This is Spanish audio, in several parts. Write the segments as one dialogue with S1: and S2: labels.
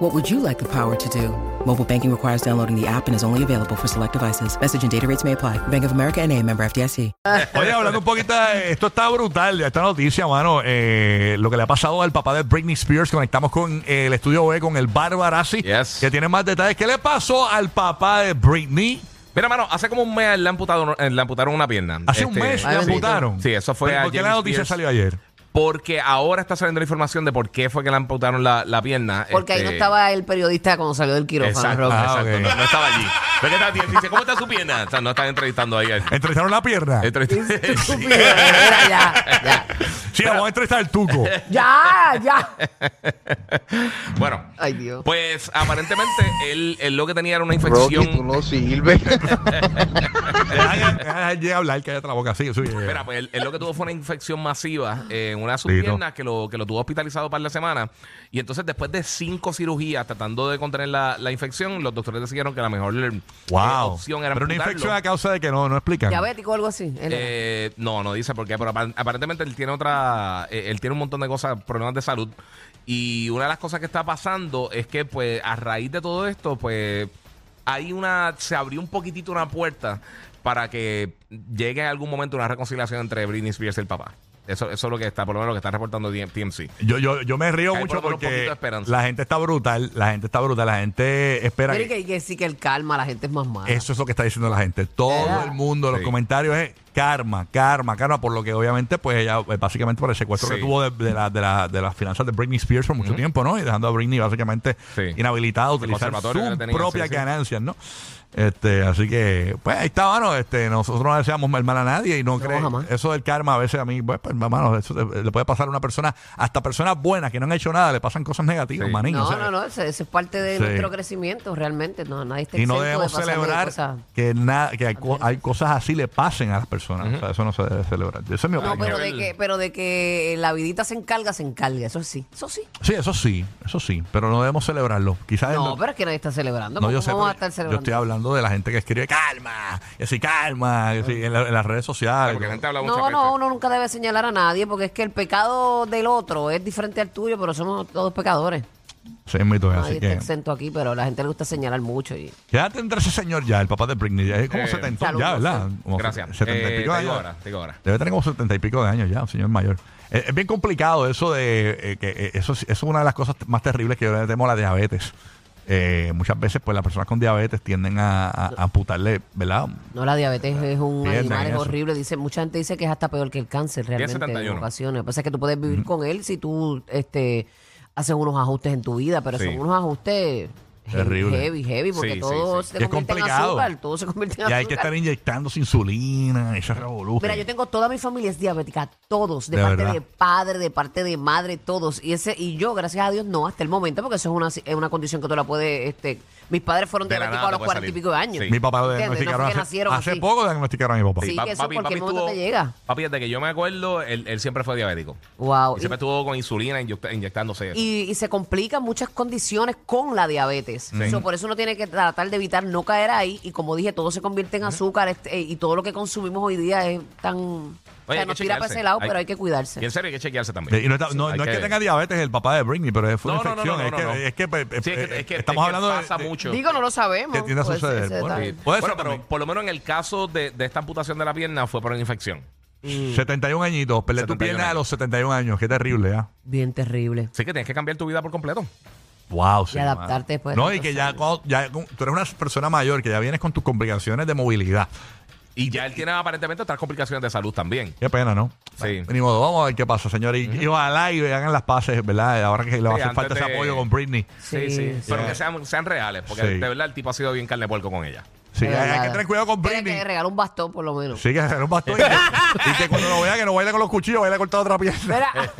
S1: What would you like the power to do? Mobile banking requires downloading the app and is only available for select devices. Message and data rates may apply. Bank of America and a member FDIC.
S2: Oye, hablando un poquito, de- esto está brutal, esta noticia, mano. eh, lo que le ha pasado al papá de Britney Spears, conectamos con eh, el estudio B, con el Barbarazzi,
S3: Yes.
S2: que tiene más detalles. ¿Qué le pasó al papá de Britney?
S3: Mira, mano, hace como un mes le, amputaron- eh, le amputaron una pierna.
S2: Hace un
S3: Este,
S2: mes
S3: sí.
S2: le amputaron.
S3: Sí, eso fue
S2: Pero
S3: a
S2: ¿Por qué la
S3: James
S2: noticia
S3: Pierce.
S2: salió ayer?
S3: Porque ahora está saliendo la información de por qué fue que le amputaron la, la pierna.
S4: Porque ahí
S3: este,
S4: no estaba el periodista cuando salió del quirófano.
S3: Exacto,
S4: Rocky.
S2: Ah,
S3: exacto,
S2: ok.
S3: no, no estaba allí. Ve que está bien, dice, ¿cómo está su pierna? O sea, no están entrevistando ahí. eh, al-
S2: ¿Entrevistaron la pierna?
S3: Este, entrevist- Sí.
S4: Estúpido, de verdad, ya, ya.
S2: Sí, vamos a entrevistar al tuco.
S4: Ya, ya.
S3: Bueno,
S4: Ay, Dios.
S3: pues aparentemente él, él lo que tenía era una
S5: Rocky, tú
S3: infección. eh,
S5: no sirves.
S2: Deja que- deja que hablar, cállate la boca. Sí, sí. eh.
S3: Espera, pues él, él lo que tuvo fue una infección masiva eh, en una de sus
S2: Lito.
S3: piernas que lo, que lo tuvo hospitalizado para la semana. Y entonces, después de cinco cirugías tratando de contener la, la infección, los doctores decidieron que la mejor eh,
S2: Wow.
S3: opción era
S2: Pero una
S3: amputarlo.
S2: infección a causa de que no, no explican.
S4: Diabético o algo así. él era.
S3: Eh, no, no dice por qué, pero apar- aparentemente él tiene otra, eh, él tiene un montón de cosas, problemas de salud. Y una de las cosas que está pasando es que, pues, a raíz de todo esto, pues, hay una, se abrió un poquitito una puerta para que llegue en algún momento una reconciliación entre Britney Spears y el papá. Eso, eso es lo que está, por lo menos lo que está reportando DM TMC.
S2: Yo, yo, yo me río
S3: Ahí
S2: mucho
S3: por lo menos un poquito de
S2: porque
S3: esperanza.
S2: la gente está brutal, la gente está brutal, la gente espera
S4: Pero y
S2: que,
S4: que, que sí que el calma, la gente es más mala.
S2: Eso es lo que está diciendo la gente. Todo
S4: Yeah.
S2: el mundo, en los
S3: Sí.
S2: comentarios es karma, karma, karma. Por lo que obviamente, pues ella, eh, básicamente por el secuestro
S3: Sí.
S2: que tuvo de, de la- de la- de las finanzas de Britney Spears por mucho tiempo, ¿no? Y dejando a Britney básicamente
S3: Sí.
S2: inhabilitada a utilizar
S3: conservatorio que
S2: sus
S3: le tenía,
S2: propias
S3: sí, sí.
S2: ganancias, ¿no? Este, así que, pues ahí está, mano. Este, nosotros no deseamos mal mal a nadie y no, creo.
S4: jamás.
S2: Eso del karma a veces a mí, pues, pues, mano, eso le, le puede pasar a una persona, hasta personas buenas que no han hecho nada, le pasan cosas negativas,
S3: Sí.
S2: manín.
S4: no,
S2: o sea,
S4: no, no, eso, eso es parte de
S2: Sí.
S4: nuestro crecimiento, realmente. No, nadie está
S2: y no
S4: exento de
S2: debemos
S4: pasarle
S2: celebrar
S4: cosas.
S2: que, nada que hay, co- hay cosas así le pasen a las personas. O sea, eso no se debe celebrar. Eso es mi
S4: No,
S2: opinión.
S4: pero de,
S3: Nivel.
S4: que, pero de que la vidita se encarga, se encarga. Eso sí, eso sí.
S2: Sí, eso sí, eso sí, pero no debemos celebrarlo. Quizás
S4: No,
S2: el-
S4: pero es que nadie está celebrando.
S2: no,
S4: ¿Cómo
S2: yo sé,
S4: vamos
S2: pero
S4: a estar
S2: yo
S4: celebrando?
S2: estoy hablando de la gente que escribe calma, y así calma, y así, en, la- en las redes sociales.
S3: Porque la gente habla mucho
S4: No, no, uno nunca debe señalar a nadie porque es que el pecado del otro es diferente al tuyo, pero somos todos pecadores.
S2: Sí, es mito,
S4: Nadie
S2: así
S4: está
S2: que
S4: exento aquí, pero a la gente le gusta señalar mucho. Y...
S2: ya tendrá ese señor ya, el papá de Britney, ya es como
S3: Eh,
S2: 70 ya,
S4: saludos,
S2: ¿verdad? Como
S3: Gracias.
S2: 70 y
S3: Eh,
S2: pico
S3: te
S2: años.
S3: digo ahora, te digo ahora.
S2: Debe tener como setenta y pico de años ya, un señor mayor. Es, es bien complicado eso de eh, que eh, eso, es- eso es una de las cosas más terribles que yo le temo a la diabetes. Eh, muchas veces, pues las personas con diabetes tienden a, a- a amputarle, ¿verdad?
S4: No, la diabetes es un
S2: Pierden
S4: animal es
S2: eso.
S4: horrible. Dice, mucha gente dice que es hasta peor que el cáncer realmente en
S3: 71.
S4: ocasiones. Pasa que tú puedes vivir con él si tú este, haces unos ajustes en tu vida, pero
S3: Sí.
S4: son unos ajustes heavy,
S2: Terrible.
S4: heavy, heavy, porque
S3: Sí, sí,
S4: todo
S3: sí.
S4: se
S2: Y
S4: te
S2: es
S4: convierte en
S2: complicado.
S4: azúcar. Todo se convierte en
S2: Y
S4: azúcar.
S2: hay que estar inyectándose insulina, esa revolución.
S4: Mira, yo tengo toda mi familia es diabética, todos, de,
S2: De
S4: parte
S2: verdad.
S4: de padre, de parte de madre, todos. Y ese y yo, gracias a Dios, no, hasta el momento, porque eso es una, es una condición que tú la puedes. Este, mis padres fueron
S3: De la
S4: diabéticos
S3: nada
S4: a
S3: te
S4: los
S3: puede
S4: cuarenta y
S3: salir.
S4: pico de años.
S3: Sí.
S2: Mi papá lo
S4: ¿Entiendes? No
S2: diagnosticaron
S4: fue que
S2: hace,
S4: nacieron
S2: hace
S4: así.
S2: poco diagnosticaron a mi papá.
S4: Sí,
S3: Pa-
S4: que eso en cualquier momento te llega.
S3: Papi, desde que yo me acuerdo, él, él siempre fue diabético.
S4: Wow.
S3: Y
S4: Y,
S3: siempre estuvo con insulina inyecta- inyectándose. eso.
S4: y- y se complican muchas condiciones con la diabetes.
S3: Sí.
S4: So, por eso uno tiene que tratar de evitar no caer ahí. Y como dije, todo se convierte en azúcar este, eh, y todo lo que consumimos hoy día es tan. o
S3: Oye,
S4: sea,
S3: hay
S4: nos
S3: que
S4: tira para
S3: chequearse.
S4: ese lado,
S3: Hay-
S4: pero hay que cuidarse.
S3: Y en serio, hay que chequearse también.
S2: Y no, está- no-
S3: hay
S2: no es que
S3: que-
S2: tenga diabetes el papá de Britney, pero es- fue una
S3: No, no, no,
S2: infección.
S3: no,
S2: es,
S3: no,
S2: que,
S3: no.
S2: es que, eh, eh,
S3: Sí, es que- es que-
S2: estamos
S3: es que
S2: hablando de- eh,
S3: pasa
S2: de-
S3: mucho.
S4: Digo, eh, no lo sabemos.
S2: Que tiende a
S4: Puede ser
S2: suceder.
S4: ese
S2: Bueno,
S4: detalle.
S3: Sí.
S2: Puede
S3: Bueno,
S2: ser
S3: pero
S2: también.
S3: por lo menos en el caso de, de esta amputación de la pierna fue por una infección.
S2: Mm. 71 añitos, perder tu
S3: 71
S2: pierna a
S3: años.
S2: los 71 años, qué terrible, ¿ah?
S4: Bien terrible.
S3: Así que tienes que cambiar tu vida por completo.
S2: Wow, sí,
S4: adaptarte pues,
S2: mano. No,
S4: después de
S2: y
S4: tantos
S2: que ya,
S4: años.
S2: cuando- ya con- tú eres una persona mayor que ya vienes con tus complicaciones de movilidad.
S3: Y ya él tiene aparentemente otras complicaciones de salud también.
S2: Qué pena, ¿no?
S3: Sí.
S2: Ni modo, vamos a ver qué pasa, señor. Y, y ojalá y hagan las paces, ¿verdad? Ahora que le va a
S3: Sí,
S2: hacer falta
S3: antes
S2: ese
S3: de-
S2: apoyo con Britney.
S4: Sí, sí.
S3: Pero que sean, sean reales, porque
S2: Sí.
S3: de verdad el tipo ha sido bien carne de puerco con ella.
S2: Sí,
S4: De
S2: hay, hay
S4: verdad.
S2: que tener cuidado con
S4: Tiene
S2: Britney.
S4: que regalar un bastón, por lo menos.
S2: Sí, que hacer un bastón. y, que, y que cuando lo vea, que no baile con los cuchillos, baile cortado otra pierna.
S4: Mira,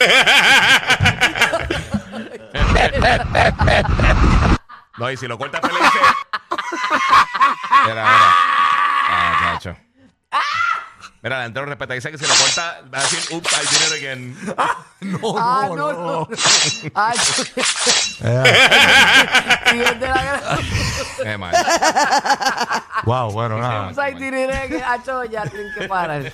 S3: No, y si lo cortas, te le dice. Era, era. Ah, chacho. Mira, la gente lo respeta. Dice que si lo corta, va a decir, ups, I did it again.
S2: No,
S4: Ah,
S2: Oh, no, Eh,
S4: no, no. Ay, y es de la
S3: Qué mal.
S2: Wow, bueno, nada.
S4: gran. Ay, tiene que- Acho, ya tienen que parar.